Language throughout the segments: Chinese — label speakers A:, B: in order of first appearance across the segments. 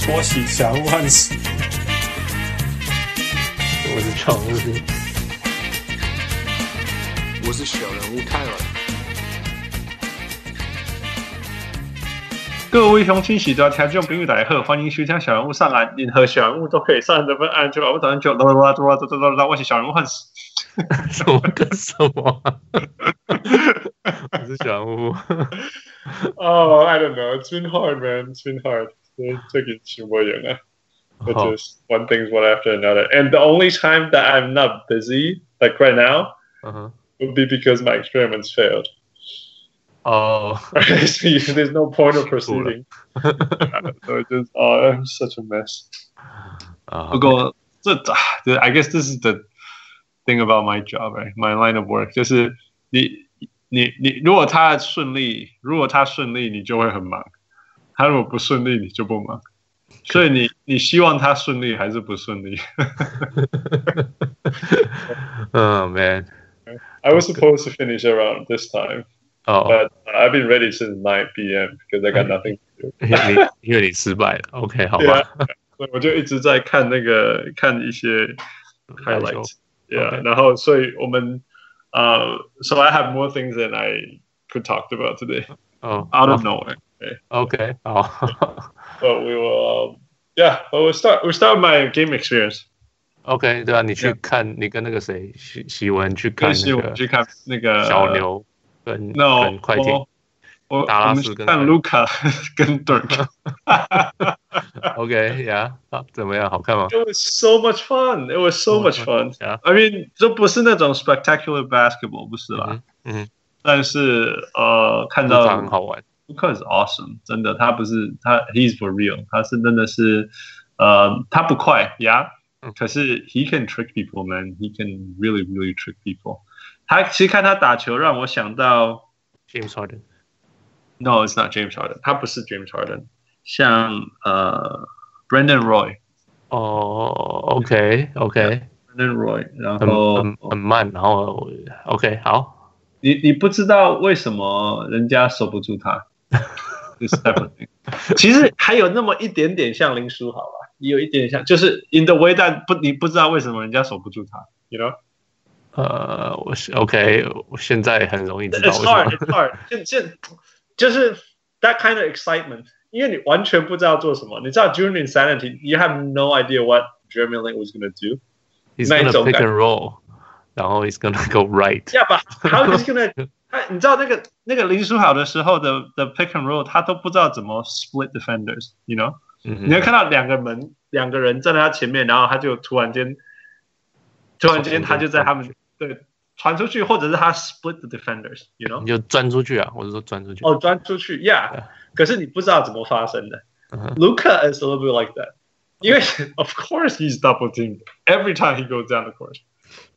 A: twice each cell once.
B: 我是常 务的，
C: 我是小人物泰尔，
B: 各位雄亲喜多听众朋友大家好，欢迎收听小人物上岸，任何小人物都可以上岸的分按就我等就哒哒哒哒哒哒哒，我是小人物汉斯。
D: 什么跟什么、啊？我是小人物，
B: Oh, I don't know. It's been hard, man. It's been hard. They're taking Shibuya. But
D: 好
B: just one thing's one after another. And the only time that I'm not busy, like right now,
D: 嗯哼，
B: would be because my experiments failed.
D: 哦，
B: so you, there's no point of
D: Cool.
B: proceeding.
D: Uh-huh.
B: so it's just, oh, I'm such a mess.
D: 啊，
B: 不过这啊这 I guess this is ah, the thing about my job, right? My line of work 就是你你你，如果他顺利，如果他顺利，你就会很忙；他如果不顺利，你就不忙。所以你你希望他顺利还是不顺利
D: 嗯，man，Oh,
B: ？I was supposed to finish around this time,
D: 哦，
B: but I've been ready since 9 p.m. because I got nothing
D: 因为你因为你失败了，OK，好
B: to do.
D: 吧
B: Yeah，所以我就一直在看那个看一些 highlight. Yeah,
D: Okay.
B: 然后所以我们呃、uh, so I have more things than I could talk about today
D: 哦
B: out of nowhere.
D: ，OK，好
B: But we will, um, yeah, but we'll start. We'll start with my game experience.
D: ，OK，对啊，你去
B: Yeah.
D: 看，你跟那个谁，徐徐文去看那个
B: 就是我们去看那个
D: 小牛跟
B: uh, No，oh,
D: 跟快艇达拉斯跟
B: 我我们看 Luca 跟 Dirk.
D: ，OK，yeah，啊怎么样？好看吗
B: It was so much fun. It was so much fun.
D: ？Yeah，
B: I mean，这不是那种 spectacular basketball，不是啦。
D: 嗯哼，嗯哼。
B: 但是呃，看
D: 非
B: 到
D: 常好玩，
B: Luca is awesome，真的，他不是他，he's for real，他是真的是，呃，他不快呀
D: 嗯
B: 可是 he can trick people man，he can really really trick people。他其实看他打球让我想到
D: James Harden，
B: ，no，it's not James Harden，他不是 James Harden，像呃 Brandon Roy，Brandon
D: 哦，OK，OK，
B: Roy，然
D: 很
B: 后哦
D: 很很慢，然后 OK，好。
B: 你你不知道为什么人家守不住他，this type of thing。其实还有那么一点点像林书豪吧，也有一点点像，就是 in the way，但不你不知道为什么人家守不住他，you know
D: 呃，我是 OK，我现在很容易知道为
B: it's
D: 什
B: hard
D: 么
B: it's hard，现现就是 that kind of excitement，因为你完全不知道做什么，你知道 during insanity，you have no idea what Jeremy Lin was gonna do。
D: he's
B: 那一
D: gonna
B: 种
D: pick
B: 感
D: and roll，然后 he's gonna go right。
B: Yeah, but how is he gonna？他你知道那个那个林书豪的时候的的 pick and roll，他都不知道怎么 split defenders，you know。
D: 嗯
B: 你会看到两个门，两个人站在他前面，然后他就突然间，突然间他就在他们对传出去，或者是他 split the defenders，you
D: 嗯你
B: know，
D: 就钻出去啊！我是说钻出去。
B: 哦，钻出去，yeah，可是你不知道怎么发生的。
D: 嗯哼
B: Luca is a little bit like that，因为 of course he's double teamed every time he goes down the court，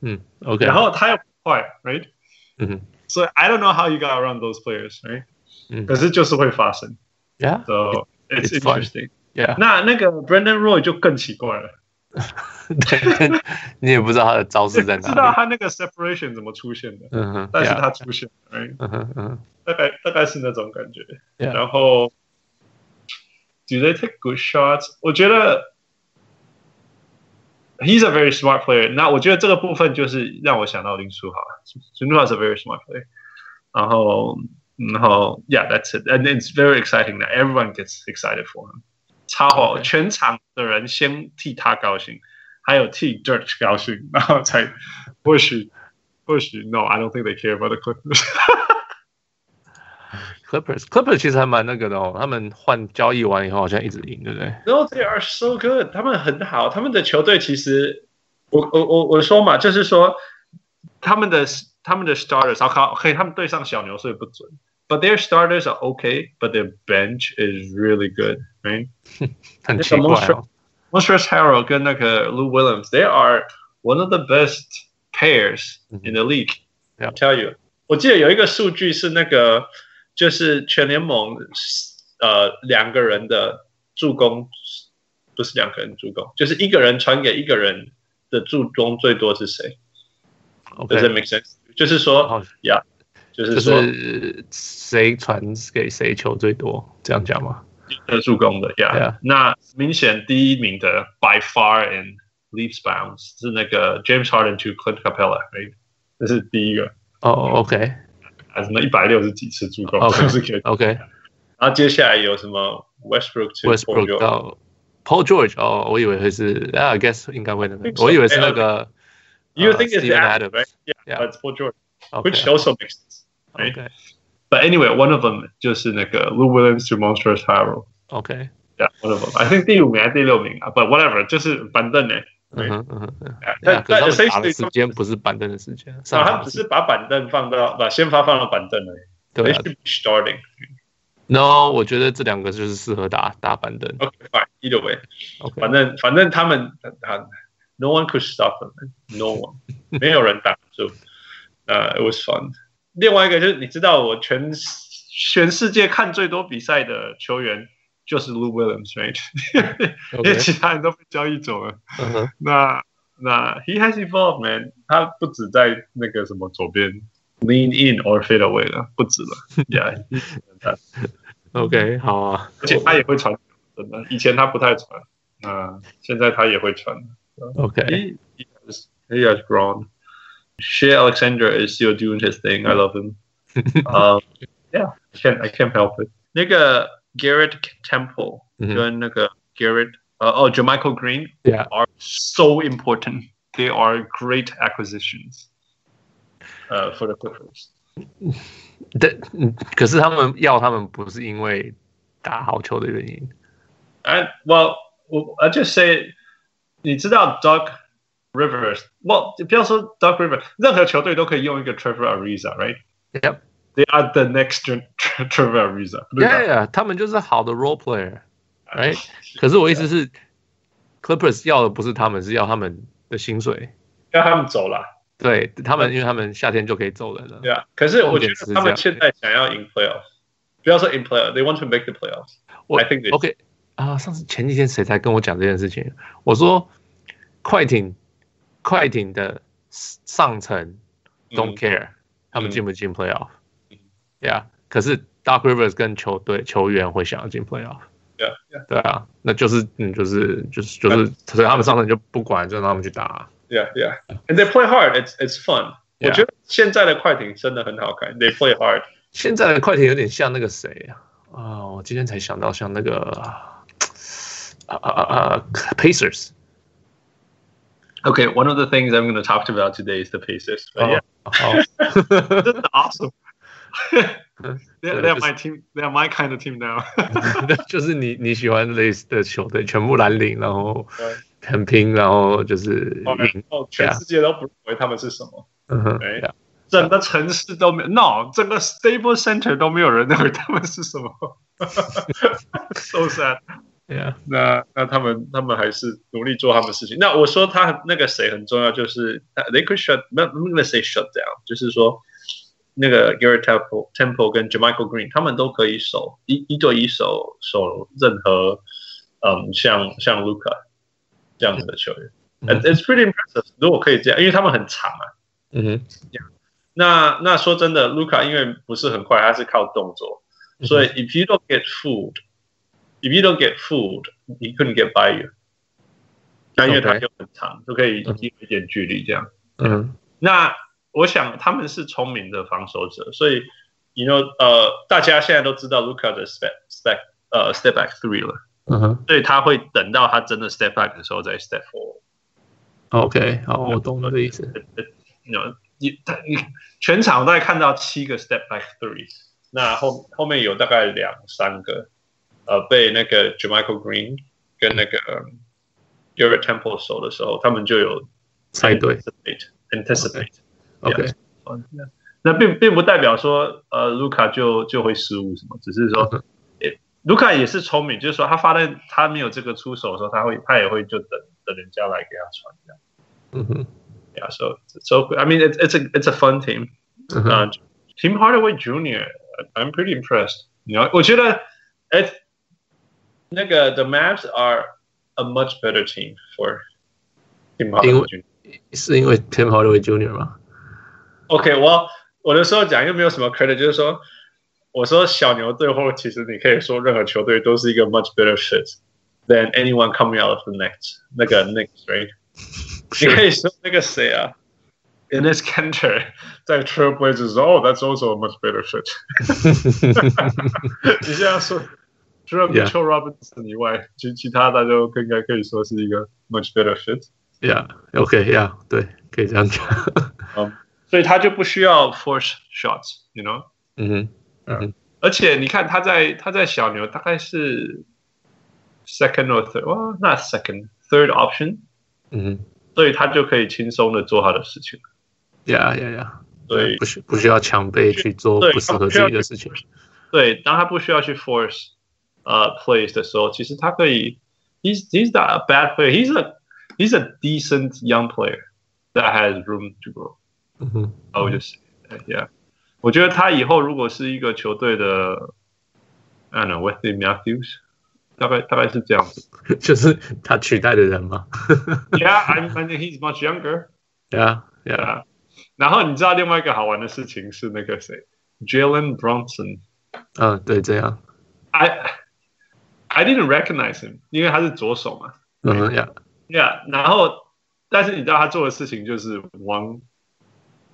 D: 嗯，OK。
B: 然后他又不快，right？
D: 嗯哼
B: 所以 I don't know how you got around those players，right？
D: 嗯
B: 可是就是会发生
D: ，Yeah，Yeah，
B: ，so it's
D: It's fun.
B: interesting。那那个 Brandon Roy 就更奇怪了。
D: 对， 你也不知道他的招式在
B: 知道
D: 哪里。
B: 他那个 separation 怎么出现的，
D: 嗯哼
B: 但是
D: yeah，
B: 他出现了，right？
D: 嗯哼嗯哼
B: 大概大概是那种感觉。
D: Yeah
B: 然后，do they take good shots？我觉得 he's a very smart player。那我觉得这个部分就是让我想到林书豪，林书豪 is a very smart player。然后，然后，yeah，that's it，and it's very exciting that everyone gets excited for him。超好
D: Okay
B: 全场的人先替他高兴，还有替 Dirk 高兴，然后才或许或许 No，I don't think they care about the Clippers 。
D: ，Clippers，Clippers 其实还蛮那个的哦。他们换交易完以后，好像一直赢，对不对？
B: No, they are so good. 他们很好，他们的球队其实，我我我我说嘛，就是说他们的他们的 starters，好好可以，他们对上小牛所以不准。But their starters are okay, but their bench is really good. Right?
D: 很
B: 那
D: 奇
B: 个
D: 怪
B: Monster-
D: 哦。
B: Montrezl Harrell 跟那个 Lou Williams, they are one of the best pairs in the league.
D: Yeah.
B: I tell you，我记得有一个数据是那个，就是全联盟呃两个人的助攻，不是两个人助攻，就是一个人传给一个人的助攻最多是谁
D: OK，
B: ？Does that make sense？就是
D: 好
B: 说，呀，就是
D: 就
B: 说
D: 是谁传给谁球最多，这样讲吗？
B: 特助攻的，Yeah。
D: Yeah
B: 那明显第一名的 by far and leaps bounds 是那个 James Harden to Clint Capella，right？这是第一个，
D: 哦，OK，OK，
B: 嗯啊，什么一百六十几次助攻
D: OK
B: 都是可以。然后接下来有什么 Westbrook to Paul
D: Westbrook
B: George
D: 到 Paul George 哦，我以为会是啊，I guess 应该会那个
B: Think，so
D: 我以为是那个
B: You
D: 呃
B: think it's
D: Steven
B: Adams,
D: Adams.
B: right? Yeah,
D: Yeah.
B: but it's Paul George,
D: OK
B: which also makes sense. right?
D: OK
B: But anyway, one of them 就是那个 Lou Williams to Monstrous Harrell.
D: OK，
B: Yeah, one of them. I think 第五名还是第六名啊，but whatever，就是反正呢。对
D: 嗯哼嗯哼嗯，
B: Yeah，
D: 对啊可
B: 但但
D: 是他们打的
B: essentially
D: 时
B: 他们
D: 间不是板凳的时间，上
B: 啊，他
D: 场
B: 们
D: 的
B: 只
D: 时
B: 是把板凳放到把先发放到板凳而已，
D: 对啊
B: they should be starting.
D: ，No，我觉得这两个就是适合打打板凳
B: OK, fine, either way，
D: ，OK，
B: 反正反正他们啊，no uh, one could stop them, no one，没有人打住。呃、i t was fun. 另外一个就是你知道，我全全世界看最多比赛的球员就是 Lou Williams，right？因
D: OK，
B: 为其他人都被交易走了。
D: 嗯哼
B: 那那 he has evolved, man. 他不止在那个什么左边 lean in or fade away 了，不止了。Yeah.
D: ，OK，好啊，
B: 而且他也会传，真的，以前他不太传，嗯、现在他也会传。
D: OK，
B: He he has he has grown. Shea Alexander is still doing his thing. I love him. Um, yeah, I can't I can't help it. 那个 Garrett Temple
D: 嗯哼
B: 跟那个 Garrett 呃哦 Jermichael Green
D: ，Yeah，
B: are so important. They are great acquisitions. 呃、for the Clippers.
D: 但嗯可是他们要他们不是因为打好球的原因
B: And well, I just say, 你知道 Doc Rivers? Well，不要说 Doc Rivers，任何球队都可以用一个 Trevor Ariza，right?
D: ，Yep。
B: They are the next gen- Trevor Ariza，对吧
D: Yeah, yeah，他们就是好的 role
B: 啊
D: player，right？可是我意思是，Clippers 要的不是他们，是要他们的薪水。
B: 让他们走了。
D: 对他们，因为他们夏天就可以走人了。
B: 对啊，可是我觉
D: 重点是这
B: 得他
D: 样
B: 们现在想要赢 playoff，不要说赢 playoff，they want to make the playoffs。
D: 我
B: I think they
D: OK 啊，上次前几天谁才跟我讲这件事情？啊我说快艇，快艇的上层 don't
B: 嗯
D: care、他们进不进 playoff。Yeah，可是 Dark Rivers 跟球队球员会想要进 playoff。
B: Yeah, yeah,
D: 对啊，那就是嗯，就是就是就是，所以他们上层就不管，就让他们去打啊。
B: yeah, yeah. And they play hard. It's it's fun.
D: Yeah.
B: 我觉得现在的快艇真的很好看。They play hard.
D: 现在的快艇有点像那个谁啊？啊、我今天才想到像那个啊啊啊 Pacers。
B: Okay, one of the things I'm going to talk about today is the Pacers. But yeah.
D: 哦， 哦
B: That's awesome. they're,
D: Yeah,
B: they're
D: just-
B: my team. They're my kind of team now.
D: 就是你你喜欢类似的球队，全部蓝领，然后
B: 对
D: 很拼，然后就是赢。
B: 哦，全世界都不认为他们是什么，
D: 嗯哼，
B: 对
D: 对啊
B: 整个城市都没有，no，整个 stable center 都没有人认为他们是什么。so sad。
D: 对啊，
B: 那那他们他们还是努力做他们的事情。那我说他那个谁很重要，就是他 they could shut，那 I'm gonna say shut down，就是说那个 Garrett Temple Temple 跟 Jermichael Green 他们都可以守一一对一守守任何嗯像像 Luca 这样子的球员。
D: 嗯
B: It- It's pretty impressive，如果可以这样，因为他们很长啊。
D: 嗯哼，
B: 那那说真的，Luca 因为不是很快，他是靠动作，
D: 嗯
B: 所以 if you don't get food, if you don't get food, you couldn't get by you。那因为他
D: OK
B: 又很长，就可以
D: 嗯
B: 有一点距离这样。
D: 嗯
B: 那我想他们是聪明的防守者，所以 you know 呃，大家现在都知道 Luca 的 step step 呃 step back three 了，
D: 嗯哼
B: 所以他会等到他真的 step back 的时候再 step forward。
D: ，OK，好，我懂你的意思。
B: you know，你他你全场大概看到七个 step back three，那后后面有大概两三个，呃，被那个 Jermichael Green 跟那个 g a r r e t Temple 守的时候，他们就有
D: 猜对
B: anticipate anticipate，
D: ，OK，
B: 那并并不代表说呃卢卡就就会失误什么，只是
D: 嗯
B: 说。卢卡也是聪明，就是说他发现他没有这个出手的时候，他会他也会就等等人家来给他传这样。
D: 嗯哼，
B: Yeah, so so I mean it's it's a it's a fun team.
D: 嗯哼
B: 嗯、t i m Hardaway Jr. I'm pretty impressed. You know，我觉得，哎，那个 The Mavs are a much better team for Tim
D: 因
B: Hardaway
D: 为
B: Jr.
D: 是因为 Tim Hardaway Jr. 吗？
B: OK，我我的时候讲又没有什么 credit，就是说我说小牛队或其实你可以说任何球队都是一个 much better fit than anyone coming out of the Knicks 那个 Knicks right？你可以说那个谁啊，Ines Cantor 在 Trailblazers 哦，that's oh, also a much better fit。你 现在说除了
D: Yeah.
B: Mitchell Robinson 以外，其其他大家都应该可以说是一个 much better fit。
D: Yeah，OK，Yeah，、对，可以这样讲。
B: 所以他就不需要 force shots，you know。
D: 嗯哼，
B: 而且你看他在他在小牛大概是 second or third，哇，那 second third option，
D: 嗯哼
B: 所以他就可以轻松的做他的事情。
D: ，Yeah，Yeah，Yeah，
B: 所以
D: 不需不需要强被去做
B: 对
D: 不适合自己的事情。
B: 对，当他不需要去 force 呃、plays 的时候，其实他可以，he's he's not a bad player，he's a he's a decent young player that has room to grow。
D: 嗯哼，
B: I would just say that, yeah。我觉得他以后如果是一个球队的，I don't know，Wesley Matthews，大概大概是这样子。
D: 就是他取代的人嘛。
B: Yeah, I I think he's much younger.
D: Yeah，Yeah，
B: Yeah. 然后你知道另外一个好玩的事情是那个谁，Jalen Brunson。
D: 嗯，对，这样。
B: I I didn't recognize him，因为他是左手嘛。
D: 嗯哼，Yeah，
B: Yeah，然后但是你知道他做的事情就是往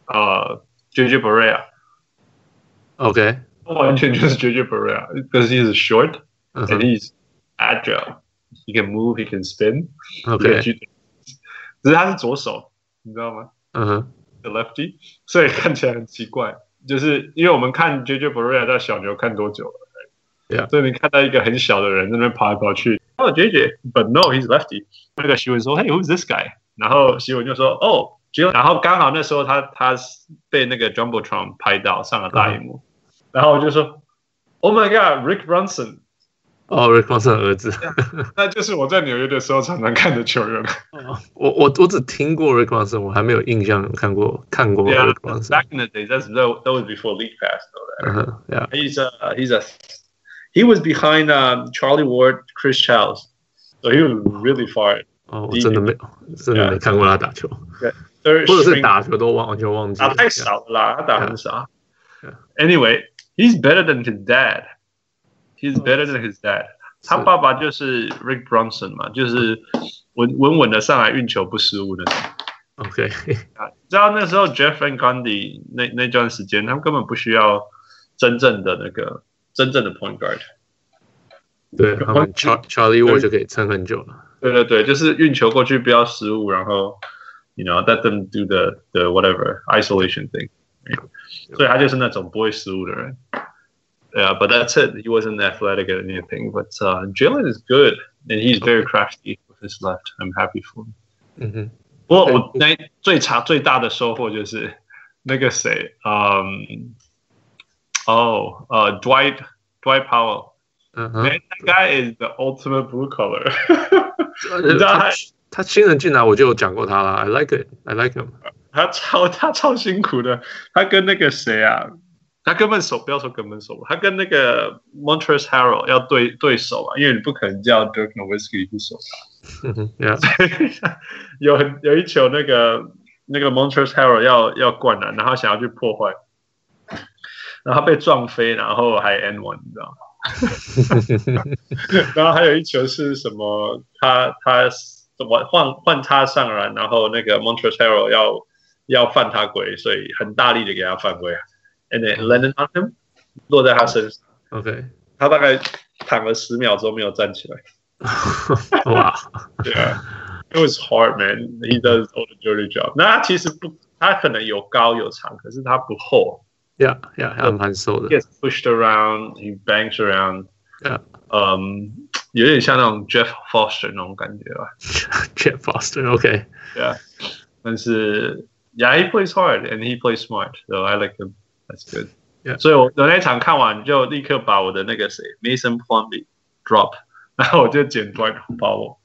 B: 呃 JJ Barea，
D: OK，
B: 完全就是 JJ Barea，because he's short
D: 嗯
B: and
D: 哼
B: he's agile，he can move，he can spin，he
D: ，OK，
B: can shoot. 只是他是左手，你知道吗？
D: 嗯哼，
B: the lefty，所以看起来很奇怪。就是因为我们看 JJ Barea 在小牛看多久了
D: Yeah.
B: 所以你看到一个很小的人在那边跑来跑去，哦、oh,，JJ，but no，he's lefty。那个徐文说，Hey, who's this guy？然后徐文就说，哦、j 然后刚好那时候他他被那个 Jumbotron 拍到上了大荧幕然后我就说，Oh my God，Rick Brunson，
D: 哦，Rick Monson 儿子。
B: 那就是我在纽约的时候常常看的球员。
D: 我我我只听过 Rick Monson，我还没有印象看过看过
B: Yeah,
D: Rick Monson
B: back。in the days, that's that was before league pass though.
D: 嗯哼，Yeah，
B: He's a he's a he was behind um, Charlie Ward, Chris Childs, so he was really far.
D: 哦，我
B: 第一啊
D: 真的没真的没看过他打球，
B: Third
D: 或者是
B: string
D: 打球都忘完全忘记了。Yeah，
B: 打太少了啦，他打很少。
D: Yeah.
B: Anyway, he's better than his dad. He's
D: 嗯。
B: better than his dad.
D: 是
B: 他爸爸就是 uh, Rick Bronson 嘛，就是稳稳稳的上来运球不失误的。
D: OK，
B: 啊，你知道那时候 Jeff and Gundy 那那段时间，他们根本不需要真正的那个真正的 point guard。
D: 对他们 Char- Charlie 我就可以撑很久了。
B: 对对对，就是运球过去不要失误，然后 you know let them do the the whatever isolation thing，所以他就是那种不会失误的人。对啊，but that's it. He wasn't athletic or anything, but uh, Jalen is good and he's very crafty with his left. I'm happy for him.
D: 嗯哼，
B: 不过我那最差最大的收获就是那个谁，嗯，哦，呃，Dwight Dwight Powell.
D: 嗯
B: Man,
D: 哼，
B: that guy is the ultimate blue collar.
D: 呃
B: 知道他
D: 他他新人进来我就有讲过他啦，I like it，I like him。
B: 他超他超辛苦的，他跟那个谁啊，他根本手不要说根本手，他跟那个 Montrezl Harrell 要对对手啊嘛，因为你不可能叫 Dirk Nowitzki 去守
D: 嗯哼，Yeah，
B: 他。有很有一球那个那个 Montrezl Harrell 要要灌篮，然后想要去破坏，然后他被撞飞，然后还 N one，你知道吗？然后还有一球是什么？他他怎么换换他上篮，然后那个 Montresero 要要犯他规，所以很大力的给他犯规，and then landed on him，落在他身上，
D: OK，
B: 他大概躺了十秒钟没有站起来。
D: 哇，
B: 对啊，It was hard man. He does all the dirty job. 那他其实不，他可能有高有长，可是他不厚。
D: ，Yeah，Yeah，他蛮瘦
B: He
D: 的。
B: gets pushed around, he bangs around.
D: Yeah.
B: 嗯，有点像那种 Jeff Foster 那种感觉吧。
D: Jeff Foster，OK，
B: 但是 yeah he plays hard and he plays smart so I like him that's good
D: Yeah.
B: 所以我我那一场看完就立刻把我的那个谁 Mason Plumlee drop 然后我就捡 Dwight Powell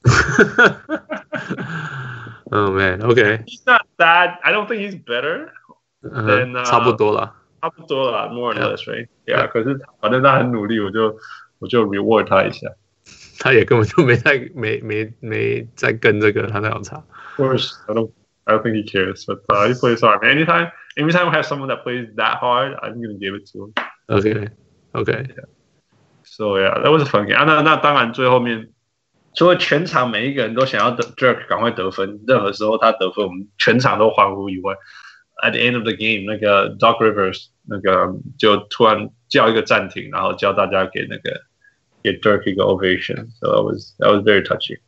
D: 嗯，Man，OK，
B: he's not bad I don't think he's better
D: 嗯
B: Then,
D: 哼
B: uh,
D: 差不多啦。
B: 差不多了 more or less right yeah
D: Yeah.
B: 可是反正他很努力我就我就 reward 他一下
D: 他也根本就没在没没没在跟这个他那样差。
B: of course I don't I don't think he cares but uh, he plays hard anytime anytime I have someone that plays that hard I'm gonna give it to him
D: OK OK，
B: So yeah, that was a fun game. 啊，那那当然，最后面除了全场每一个人都想要得 Jerk 赶快得分，任何时候他得分，我们全场都欢呼以外，at the end of the game，那个 Doc Rivers 那个就突然叫一个暂停，然后叫大家给那个给 Dirk 一个 ovation。So that was that was very touching.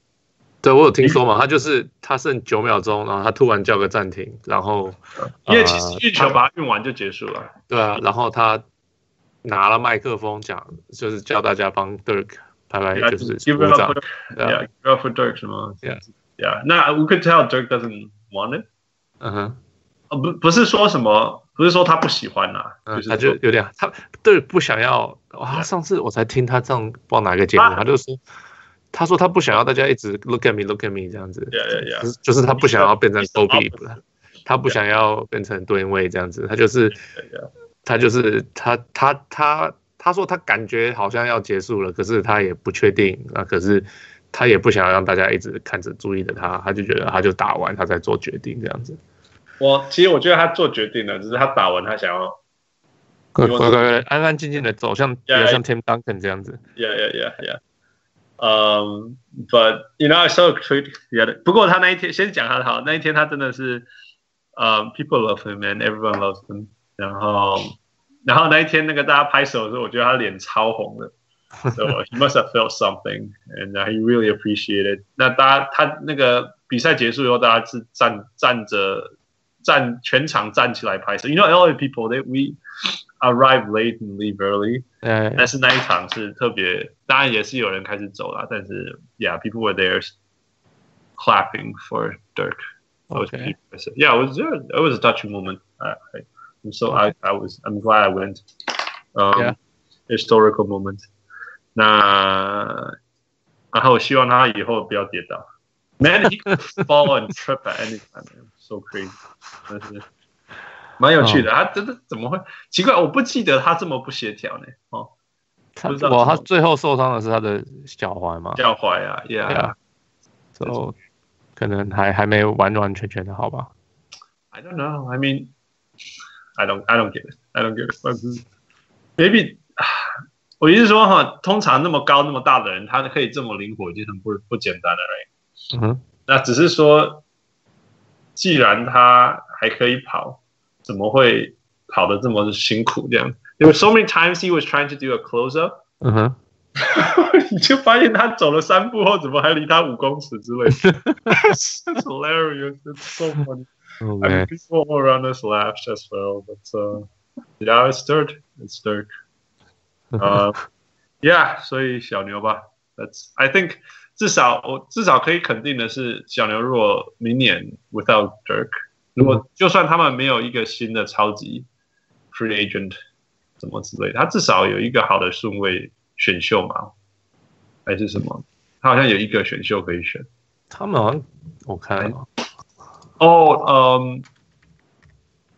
D: 对我有听说嘛，他就是他剩九秒钟，然后他突然叫个暂停，然后 呃
B: 因为其实运球把它运完就结束了。
D: 对啊，然后他拿了麦克风讲，就是叫大家帮 Dirk 拍拍，
B: Yeah,
D: 就是
B: give
D: 鼓
B: it
D: 掌
B: up for,。
D: 对啊
B: yeah, give it up for Dirk 什么
D: Yeah.
B: yeah. 那 we could tell Dirk doesn't want it.
D: 嗯哼，
B: 呃，不不是说什么，不是说他不喜欢呐、
D: 嗯
B: 就是
D: 他就
B: 说
D: 有点他 Dirk 不想要啊。上次我才听他这样，不知道哪个节目，
B: 啊
D: 他就说。他说他不想要大家一直 look at me look at me 这样子
B: Yeah, yeah, yeah.
D: 就是就是他不想要变成
B: He's the
D: Kobe，
B: opposite.
D: 他不想要变成对位这样子，他就是他就是他他他他说他感觉好像要结束了，可是他也不确定啊，可是他也不想让大家一直看着注意着他，他就觉得他就打完他再做决定这样子。
B: 我其实我觉得他做决定了，只是他打完他想要
D: 乖
B: 有
D: 乖乖乖，安安静静的走向，比较像 Tim Duncan 这样子。
B: ，yeah yeah yeah yeah。嗯、um,，but you know I saw a tweet the other。不过他那一天先讲他的好，那一天他真的是，呃、p e o p l e love him and everyone loves him。然后，然后那一天那个大家拍手的时候，我觉得他脸超红的。so he must have felt something, and uh, he really appreciated. 那大家他那个比赛结束以后，大家是站站着站全场站起来拍手。You know, LA people, they we arrive late and leave early.
D: 哎，
B: 但是那一场是特别，当然也是有人开始走了，但是 yeah, people were there clapping for Dirk. That was
D: Okay.
B: pretty impressive. Yeah, it was yeah, it was a touching moment. I, I, I'm so I, I was I'm glad I went. Um,
D: Yeah.
B: historical moment. 那然后我希望他以后不要跌倒。Man, he could fall and trip at any time. man. So crazy. 真是蛮有趣的，他真的怎么会奇怪？我不记得他这么不协调呢。哦，
D: 他
B: 不知道
D: 哇，
B: 怎么
D: 他最后受伤的是他的脚踝嘛，
B: 教坏啊，Yeah，,
D: 对啊就可能还还没完完全全的好吧。
B: I don't know. I mean, I don't, I don't get it. I don't get it. 但是 maybe 啊我意思说哈，通常那么高那么大的人，他可以这么灵活，已经很不不简单了，right？
D: 嗯哼，
B: 那只是说，既然他还可以跑，怎么会跑得这么辛苦？这样，There were so many times he was trying to do a close up，
D: 嗯哼。
B: 你就发现他走了三步后，怎么还离他五公尺之类的 ？It's hilarious. It's so funny. I mean,
D: OK，
B: people all around us laughed as well, but uh, yeah, it's dirt. It's dirt. Uh, yeah, 所以小牛吧，That's I think 至少我至少可以肯定的是，小牛如果明年 without Dirk，如果就算他们没有一个新的超级 free agent 什么之类的，他至少有一个好的顺位选秀嘛，还是什么？他好像有一个选秀可以选。
D: 他们好像我看了，
B: 哦，嗯，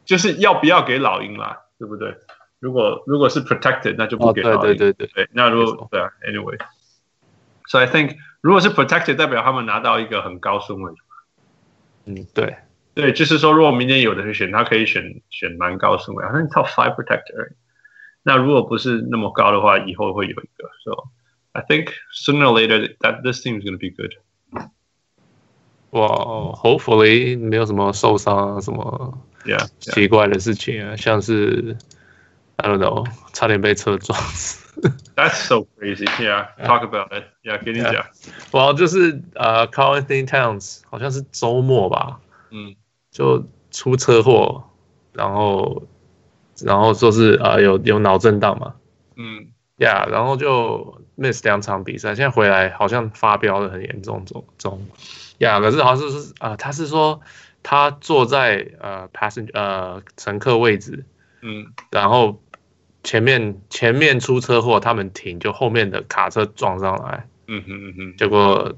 B: 就是要不要给老鹰啦，对不对？如果如果是 protected，那就不
D: 哦，
B: 给
D: 对
B: 老鹰。
D: 对对对，
B: 对那如
D: 没
B: 果
D: 错
B: 对啊，anyway，so I think 如果是 protected，代表他们拿到一个很高顺位。
D: 嗯对，
B: 对，就是说，如果明年有的人选，他可以选选蛮高顺位，好像 top five protector。那如果不是那么高的话，以后会有一个。So I think sooner or later that this team is going to be good.
D: 哇，hopefully 没有什么受伤啊，什么
B: Yeah, yeah.
D: 奇怪的事情啊，像是 I don't know，差点被车撞死。
B: That's so crazy. Yeah, talk about it. Yeah，给你讲。
D: 哇，就是呃 c o r i n t h i n Towns 好像是周末吧，
B: 嗯，
D: 就出车祸，然后然后说是呃有有脑震荡嘛
B: 嗯。
D: ，Yeah，然后就 miss 两场比赛，现在回来好像发飙的很严重中中呀可是好像是啊、呃，他是说他坐在呃 passenger 呃乘客位置，
B: 嗯
D: 然后前面前面出车祸，他们停，就后面的卡车撞上来，
B: 嗯哼嗯哼，
D: 结果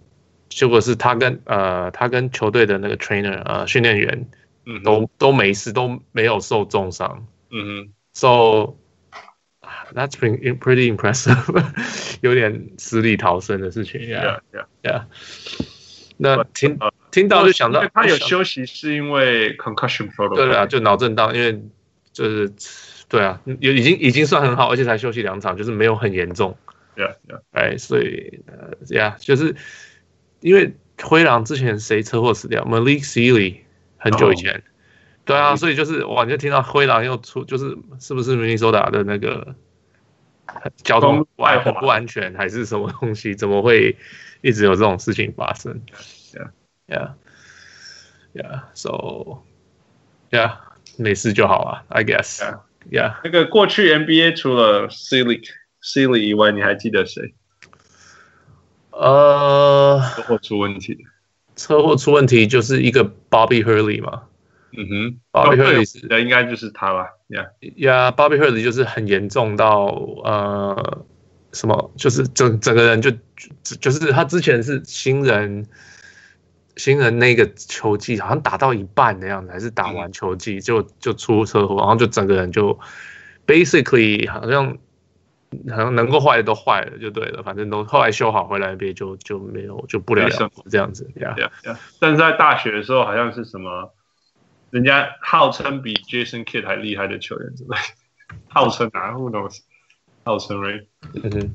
D: 结果是他跟呃他跟球队的那个 trainer 呃训练员
B: 嗯哼
D: 都都没事，都没有受重伤
B: 嗯
D: ，so ah, that's pretty pretty impressive，有 点死里逃生的事情
B: 哼
D: 呀。
B: ，yeah yeah。
D: Yeah. 那听
B: 呃
D: 听到就想到
B: 因为他有
D: 想啊
B: 休息是因为 concussion protocol。
D: 对了，就脑震荡，因为就是对啊，有已经已经算很好，而且才休息两场，就是没有很严重。
B: yeah, yeah.
D: 哎，所以呃呀就是因为灰狼之前谁车祸死掉？Malik Sealy 很久以前。对啊，
B: Malik
D: 所以就是哇，你就听到灰狼又出，就是是不是明尼苏达的那个交通不安
B: 公路太
D: 很
B: 滑
D: 不安全，还是什么东西？怎么会一直有这种事情发生
B: Yeah.
D: ？Yeah，yeah，yeah，so yeah，没事就好啊，I guess。Yeah，
B: 那个过去 NBA 除了 C l e C l e 以外，你还记得谁
D: 呃、
B: 或出问题的？
D: 车祸出问题就是一个 Bobby Hurley 嘛
B: 嗯哼，
D: ，Bobby
B: 哦
D: Hurley
B: 对
D: 是
B: 那应该就是他吧？Yeah，
D: 呀、b o b b y Hurley 就是很严重到呃什么，就是整整个人就就就是他之前是新人新人那个球季好像打到一半的样子，还是打完球季就就出车祸，然后就整个人就 basically 好像。好像能够坏的都坏了，就对了，反正都后来修好回来，NBA 就就没有就不了
B: 没什
D: 了
B: 么
D: 之这样子呀。
B: 对啊，对啊但是在大学的时候，好像是什么，人家号称比 Jason Kidd 还厉害的球员之类，号称啊，Who knows？号称 Ray，
D: 嗯哼，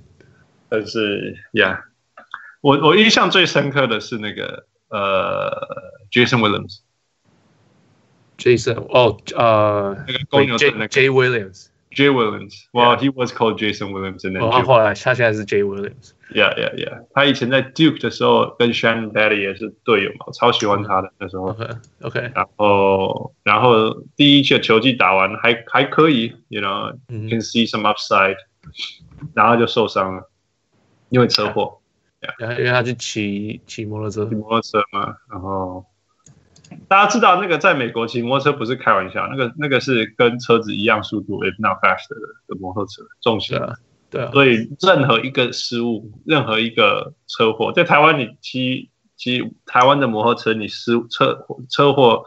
B: 但是，Yeah，我我印象最深刻的是那个呃，Jason Williams
D: Jason 哦，呃
B: 那个公牛队
D: J
B: 那个
D: J Williams，
B: J Williams，Well he was called Jason Williams and
D: 哦，他
B: then
D: 后来他现在是 J Williams，
B: Yeah Yeah Yeah，他以前在 Duke 的时候跟 Shannon Daddy 也是队友嘛，我超喜欢他的那时候。
D: OK OK，
B: 然后，然后第一届球季打完还还可以，you know，
D: 嗯
B: can see some upside，然后就受伤了，因为车祸，
D: 然后因为他去骑骑摩托车
B: 骑，摩托车嘛。然后大家知道，那个在美国骑摩托车不是开玩笑，那个那个是跟车子一样速度，if not faster 的的摩托车重
D: 对
B: 型。
D: 啊对啊，
B: 所以任何一个失误，任何一个车祸，在台湾你骑骑台湾的摩托车，你失车祸车祸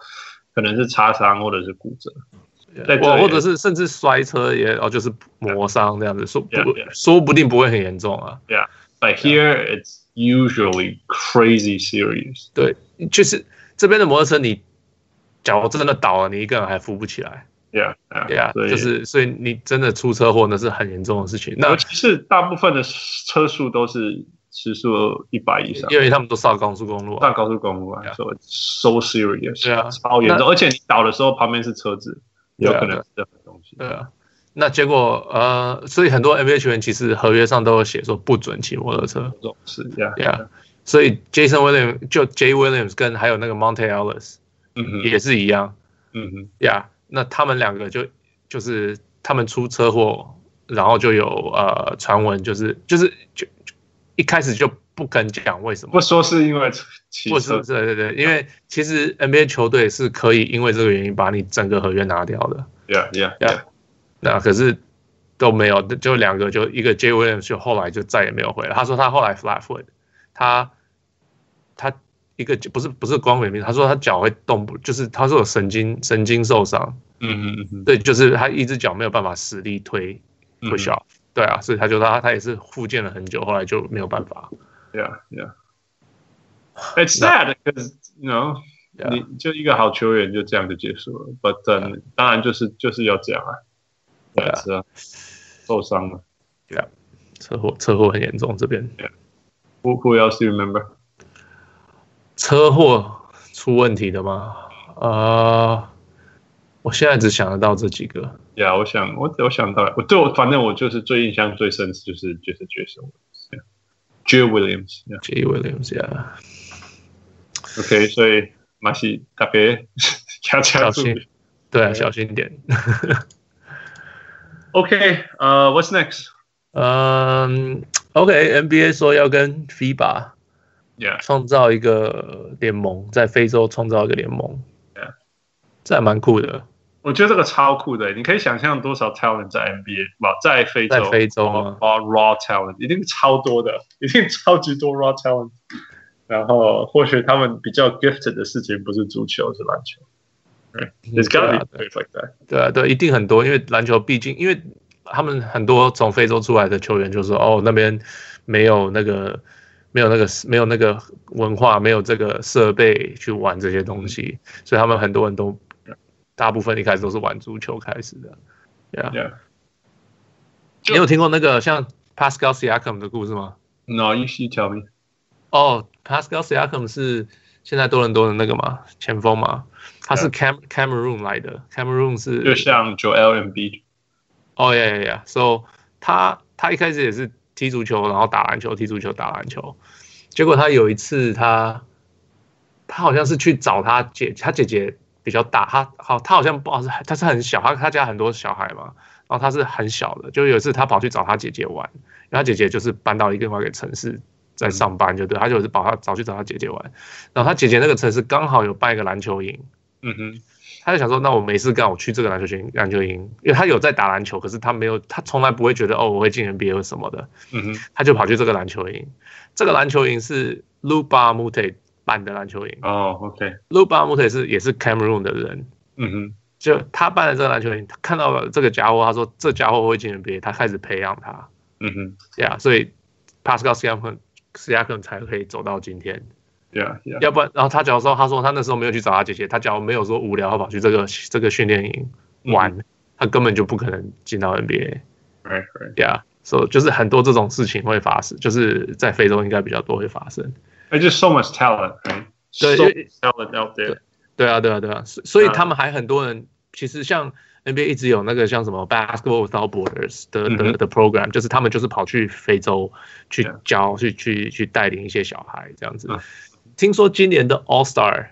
B: 可能是擦伤或者是骨折。在这
D: 我
B: 里
D: 或者是甚至摔车也哦，就是磨伤这样子，说不
B: Yeah, yeah.
D: 说不定不会很严重啊，
B: But here it's usually crazy serious.
D: 对，就是这边的摩托车你脚真的倒了，你一个人还扶不起来，
B: Yeah,
D: 对啊，
B: 所以
D: 就是所以你真的出车祸那是很严重的事情，那
B: 尤其是大部分的车速都是时速一百以上，
D: 因为他们都上高速公路啊，
B: 上高速公路来
D: Yeah.
B: 说，so serious，
D: 对啊
B: 超严重。而且你倒的时候旁边是车子，有
D: 对啊
B: 可能是任何东西。
D: 对啊，那结果呃，所以很多 NBA 球员其实合约上都有写说不准骑摩托车
B: 这种事，Yeah，
D: ，Yeah。所以 Jason Williams 就 J Williams 跟还有那个 Monte Ellis
B: 嗯哼，
D: 也是一样
B: 嗯哼，
D: ，Yeah。那他们两个就就是他们出车祸，然后就有呃传闻，就是就是就就一开始就不肯讲为什么
B: 不，说是因为骑
D: 或
B: 车
D: 是，对对对，因为其实 NBA 球队是可以因为这个原因把你整个合约拿掉的。
B: ，Yeah，Yeah，Yeah。
D: Yeah 那可是都没有，就两个，就一个 J Williams 就后来就再也没有回来。他说他后来 flat foot，他他一个不是不是光伟明，他说他脚会动不，就是他说有神经神经受伤，
B: 嗯嗯嗯
D: 对，就是他一只脚没有办法实力推
B: 嗯
D: push off，、对啊，所以他就他他也是复健了很久，后来就没有办法。
B: ，Yeah Yeah。It's sad because you know
D: 对啊
B: 你就一个好球员就这样就结束了。But 嗯、当然就是就是要这样啊，
D: 对啊
B: 是啊，受伤了。
D: 车祸车祸很严重，这边
B: Who who else do you remember？
D: 车祸出问题的吗？呃，我现在只想得到这几个。
B: 呀、yeah,，我想我我想到了，我对我反正我就是最印象最深的就是就是 Jason Williams，J Williams。Yeah.
D: J Williams 呀、
B: OK，所以马西大概要 加
D: 小
B: 注
D: 心
B: 意。
D: 对啊，
B: 对
D: 小心点。
B: OK，呃、w h a t s
D: 嗯，OK，NBA 说要跟 FIBA
B: next？Yeah，
D: 创造一个联盟，在非洲创造一个联盟
B: Yeah，
D: 这还蛮酷的。
B: 我觉得这个超酷的，你可以想象多少 talent 在 NBA 不在非洲，
D: 在非洲吗
B: raw, raw talent 一定超多的，一定超级多 raw talent。然后或许他们比较 gifted 的事情不是足球，是篮球。Right? There's gotta
D: 对
B: be
D: 啊
B: things like that.
D: 对啊，对，一定很多，因为篮球毕竟，因为他们很多从非洲出来的球员就说，哦，那边没有那个，没有那个，没有那个文化，没有这个设备去玩这些东西，所以他们很多人都大部分一开始都是玩足球开始的。Yeah，,
B: Yeah.
D: 你有听过那个像 Pascal Siakam 的故事吗？
B: No, you should tell me.
D: 哦，Pascal Siakam 是现在多伦多的那个嘛前锋嘛，他是 Cam Cameroon 来的，Cameroon 是
B: 就像 Joel and B，
D: 哦呀呀呀！So 他他一开始也是踢足球，然后打篮球，踢足球打篮球。结果他有一次他他好像是去找他姐，他姐姐比较大，他好他好像不好是他是很小，他他家很多小孩嘛，然后他是很小的。就有一次他跑去找他姐姐玩，然后他姐姐就是搬到一个另外一个城市。在上班就对，他就是跑他找去找他姐姐玩，然后他姐姐那个城市刚好有办一个篮球营，
B: 嗯哼，
D: 他就想说，那我没事干，我去这个篮球营，篮球营，因为他有在打篮球，可是他没有，他从来不会觉得哦，我会进 NBA 或什么的，
B: 嗯哼，
D: 他就跑去这个篮球营。这个篮球营是 Luba Mute 办的篮球营
B: 哦，OK，
D: ，Luba Mute 是也是 Cameroon 的人，
B: 嗯哼，
D: 就他办的这个篮球营，他看到了这个家伙，他说这家伙会进 NBA，他开始培养他，
B: 嗯哼
D: 对啊，所以 Pascal Siakam Siakam 才可以走到今天。
B: ，Yeah Yeah，
D: 要不然，然后他假如说，他说他那时候没有去找他姐姐，他假如没有说无聊，他跑去这个这个训练营玩，他根本就不可能进到 NBA。
B: right right。
D: Yeah，所、so, 就是很多这种事情会发生，就是在非洲应该比较多会发生。
B: There's just so much talent, right?
D: 对
B: So
D: 因
B: much
D: 为
B: talent out there.
D: 对啊，对啊，对啊，所所以
B: 啊
D: 他们还很多人，其实像 NBA 一直有那个像什么 Basketball Without Borders 的
B: 嗯
D: 的
B: 哼
D: 的 program，就是他们就是跑去非洲去
B: Yeah
D: 教、去去去带领一些小孩这样子
B: 嗯。
D: 听说今年的 All Star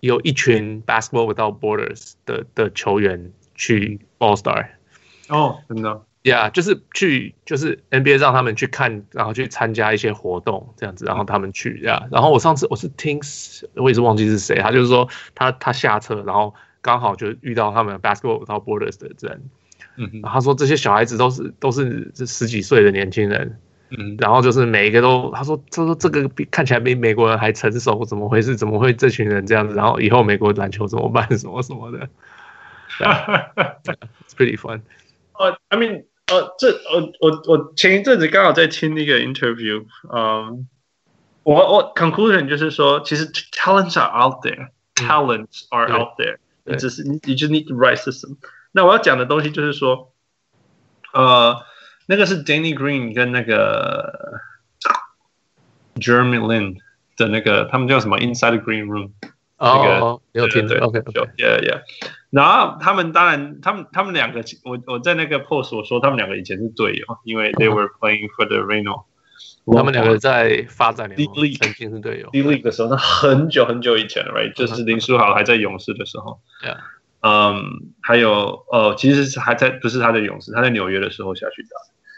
D: 有一群 Basketball Without Borders 的的球员去 All Star。
B: 哦，真的，
D: Yeah，就是去，就是 NBA 让他们去看，然后去参加一些活动这样子，然后他们去呀。然后我上次我是听，我也是忘记是谁，他就是说他他下车，然后刚好就遇到他们 Basketball Without Borders 的人，
B: 嗯哼，
D: 然后他说这些小孩子都是都是这十几岁的年轻人，
B: 嗯
D: 然后就是每一个都他说他说这个比看起来比美国人还成熟，怎么回事？怎么会这群人这样子？然后以后美国篮球怎么办？ 什么什么的
B: 哼。
D: ，It's pretty fun。
B: 呃，I mean，呃，这我我我前一阵子刚好在听那个 interview，嗯，我我 conclusion 就是说，其实 talents are out there，talents are
D: 对
B: out there，
D: 对
B: 你只是你你就 need the right system。那我要讲的东西就是说，呃，那个是 Danny Green 跟那个 Jeremy Lin 的那个，他们叫什么 Inside the Green Room。那个
D: 哦，你有听
B: 对
D: 的？OK
B: 对
D: OK。
B: yeah yeah。然后他们当然，他们他们两个，我我在那个 post 我说他们两个以前是队友，因为 they were playing for the Reno。
D: 他们两个在发展联
B: D-League
D: 盟曾经是队友。
B: D League 的时候，那很久很久以前了，right？就是林书豪还在勇士的时候。
D: 嗯 Yeah
B: 嗯，还有呃，其实是还在不是他在勇士，他在纽约的时候下去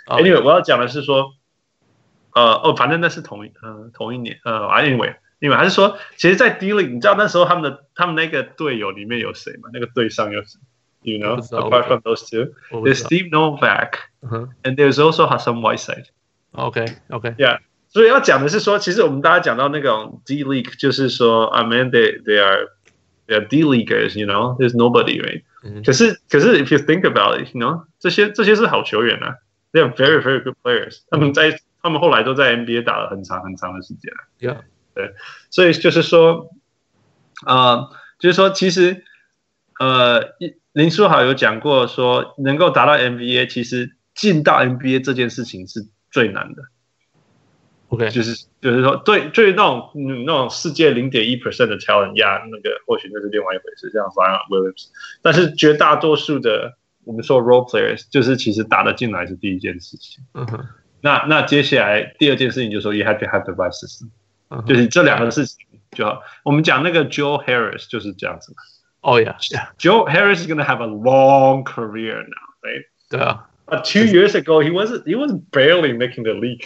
B: 打。
D: 哦
B: Anyway，我要讲的是说，呃哦，反正那是同一呃同一年呃，Anyway，因为还是说，其实，在 D League，你知道那时候他们的他们那个队友里面有谁吗？那个队上有谁？You
D: 我
B: know,
D: 不知道
B: apart from those two,
D: 我不
B: there's
D: 知道。
B: Steve Novak
D: 嗯哼
B: and there's also Hassan Whiteside.
D: OK OK，
B: 所以要讲的是说，其实我们大家讲到那种 D League，就是说，I mean they they are they are D leaguers, you know, there's nobody, right?
D: 嗯
B: 可是可是，if you think about it，you know，这些这些是好球员啊，they are very very good players。他们在他们后来都在 NBA 打了很长很长的时间啊，
D: ，Yeah，
B: 所以就是说，呃，就是说其实，呃，一林书豪有讲过说，能够达到 NBA，其实进到 NBA 这件事情是最难的。
D: OK，
B: 就是就是说，对，对于那种嗯那种世界零点一 percent 的 talent 呀，那个或许那是另外一回事，像 Zion Williams，但是绝大多数的我们说 role players，就是其实打得进来是第一件事情。
D: 嗯哼，
B: 那那接下来第二件事情就是说，you have to have the right system，
D: 嗯哼
B: 就是这两个事情就好。我们讲那个 Joe Harris 就是这样子
D: 哦 Yeah，
B: ，Joe Harris is gonna have a long career now, right?
D: 对啊，
B: But two years ago, he wasn't he was barely making the league.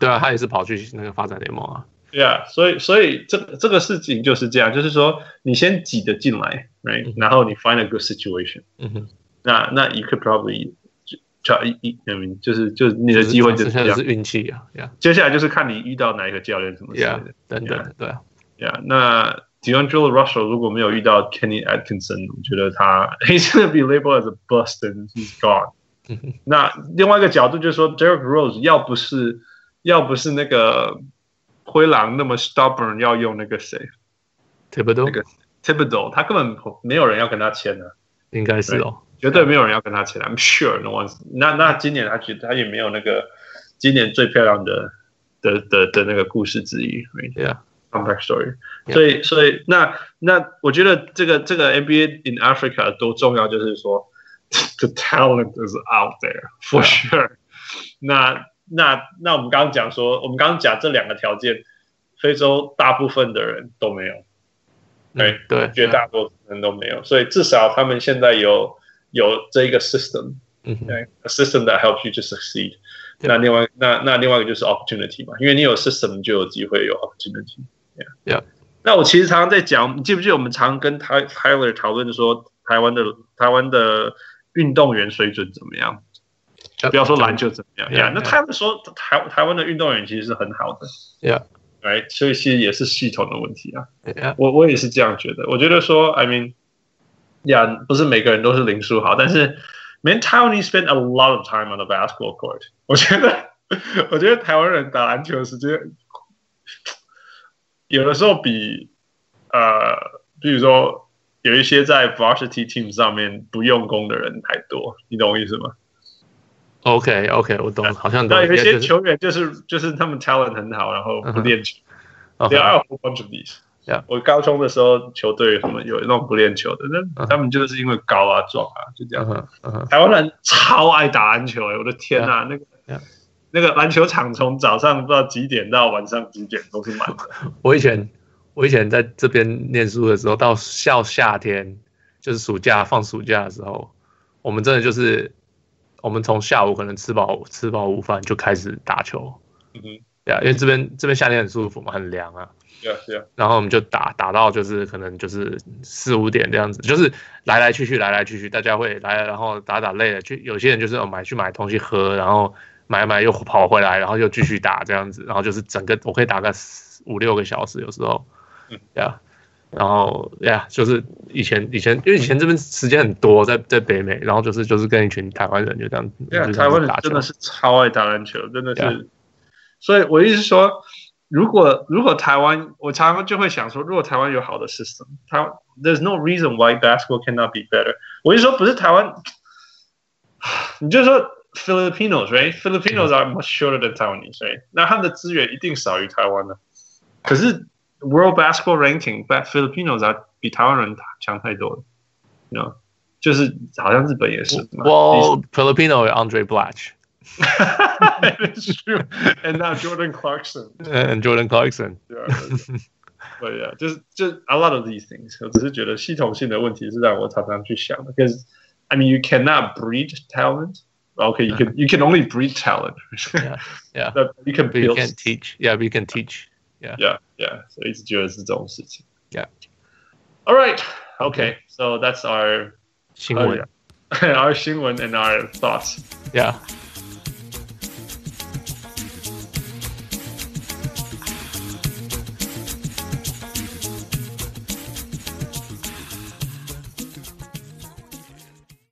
D: 对啊，他也是跑去那个发展联盟啊。
B: 对啊，所以所以这个这个事情就是这样，就是说你先挤得进来，right，、
D: 嗯
B: 然后你 find a good situation，
D: 嗯哼，
B: 那那 you could probably 就就 I mean 就是就是你的机会就
D: 剩
B: 是
D: 下
B: 这
D: 的
B: 样
D: 是，运气啊，Yeah
B: 接下来就是看你遇到哪一个教练什么之类
D: Yeah，
B: 的。
D: 等等的，对啊，
B: Yeah，那 DeAndre Russell 如果没有遇到 Kenny Atkinson，我觉得他 he's gonna be labeled as a bust and he's gone
D: 嗯哼。
B: 那另外一个角度就是说，Derek Rose 要不是要不是那个灰狼那么 stubborn，要用那个谁。
D: t i b o d
B: 那
D: o
B: 个 Thibodeau，他根本没有人要跟他签的、
D: 应该是哦。
B: 绝对没有人要跟他签。I'm sure no one。那那今年他觉得他也没有那个今年最漂亮的的的的那个故事之一 right？
D: 对啊，
B: comeback story。
D: Yeah.
B: 所以，所以那那我觉得这个这个 NBA in Africa 多重要，就是说 the talent is out there for sure 那那那我们刚刚讲说，我们刚刚讲这两个条件，非洲大部分的人都没有，对
D: 嗯对，
B: 绝大多数人都没有，所以至少他们现在有有这一个 system。
D: 嗯哼
B: okay? a system that helps you to succeed。
D: Yeah.
B: 那另外那那另外一个就是 opportunity 嘛，因为你有 system 你就有机会有 opportunity。
D: Yeah.
B: 那我其实常常在讲，你记不记得我们常跟 Ty- Tyler 讨论说台湾的台湾的运动员水准怎么样？
D: Yeah.
B: 不要说篮球怎么样
D: Yeah,
B: yeah, 那
D: yeah.
B: 他们说台台湾的运动员其实是很好的
D: Yeah.
B: right，所以其实也是系统的问题啊。
D: Yeah，
B: 我我也是这样觉得。我觉得说，I mean，呀、不是每个人都是林书豪，但是 Man Taiwanese spend a lot of time on the basketball court。我觉得，我觉得台湾人打篮球的时间，有的时候比呃，比如说有一些在 varsity team 上面不用功的人还多，你懂我意思吗？
D: OK OK，我懂，好像懂。
B: 那有一些
D: 就是
B: 球员就是就是他们 talent 很好，然后不练球。
D: ，OK，
B: There are a whole bunch of these.
D: Yeah.
B: 我高中的时候，球队什么有那种不练球的，那
D: Uh-huh.
B: 他们就是因为高啊、壮啊，就
D: 嗯
B: 这样。
D: 哼嗯哼
B: 台湾人超爱打篮球、欸，我的天呐、那个
D: Yeah.
B: 那个篮球场从早上不知道几点到晚上几点都是满的。
D: 我以前我以前在这边念书的时候，到校夏天就是暑假放暑假的时候，我们真的就是我们从下午可能吃饱吃饱午饭就开始打球，
B: 嗯哼，
D: 对啊，因为这边这边夏天很舒服嘛，很凉啊，
B: 对啊，对啊，
D: 然后我们就打打到就是可能就是四五点这样子，就是来来去去来来去去，大家会来，然后打打累了，去有些人就是、哦、买去买东西喝，然后买买又跑回来，然后又继续打这样子，然后就是整个我可以打个四五六个小时，有时候
B: 嗯，
D: 对啊，然后呀就是以前以前因为以前这边时间很多，在在北美，然后就是就是跟一群台湾人就这样，
B: 对啊，
D: 就这样子
B: 台湾人
D: 打球啊
B: 真的是超爱打篮球，真的是。
D: Yeah.
B: 所以我意思是说，如果如果台湾，我常常就会想说，如果台湾有好的 system，台 there's no reason why basketball cannot be better。我就说不是台湾，你就说 Filipinos right？Filipinos are much shorter than Taiwanese right？那他们的资源一定少于台湾的。可是 World Basketball Ranking，but Filipinos are 比台湾人强太多了，you know。就是好像日本也是嘛，
D: Well, Filipino Andre Blatch
B: it's true. And now Jordan Clarkson.
D: and 呃 Jordan Clarkson。
B: Yeah, but yeah, just just a lot of these things. 我只是觉得系统性的问题是让我常常去想的。Because I mean, you cannot breed talent. Okay, you can you can only breed talent.
D: Yeah, yeah.
B: But you can
D: But you
B: build.
D: can teach. Yeah, we can teach.
B: Yeah, yeah. So 一直觉得是这种事情。
D: Yeah.
B: All right. Okay. So that's our oh,
D: 新闻。
B: our 新闻 and our thoughts.
D: Yeah.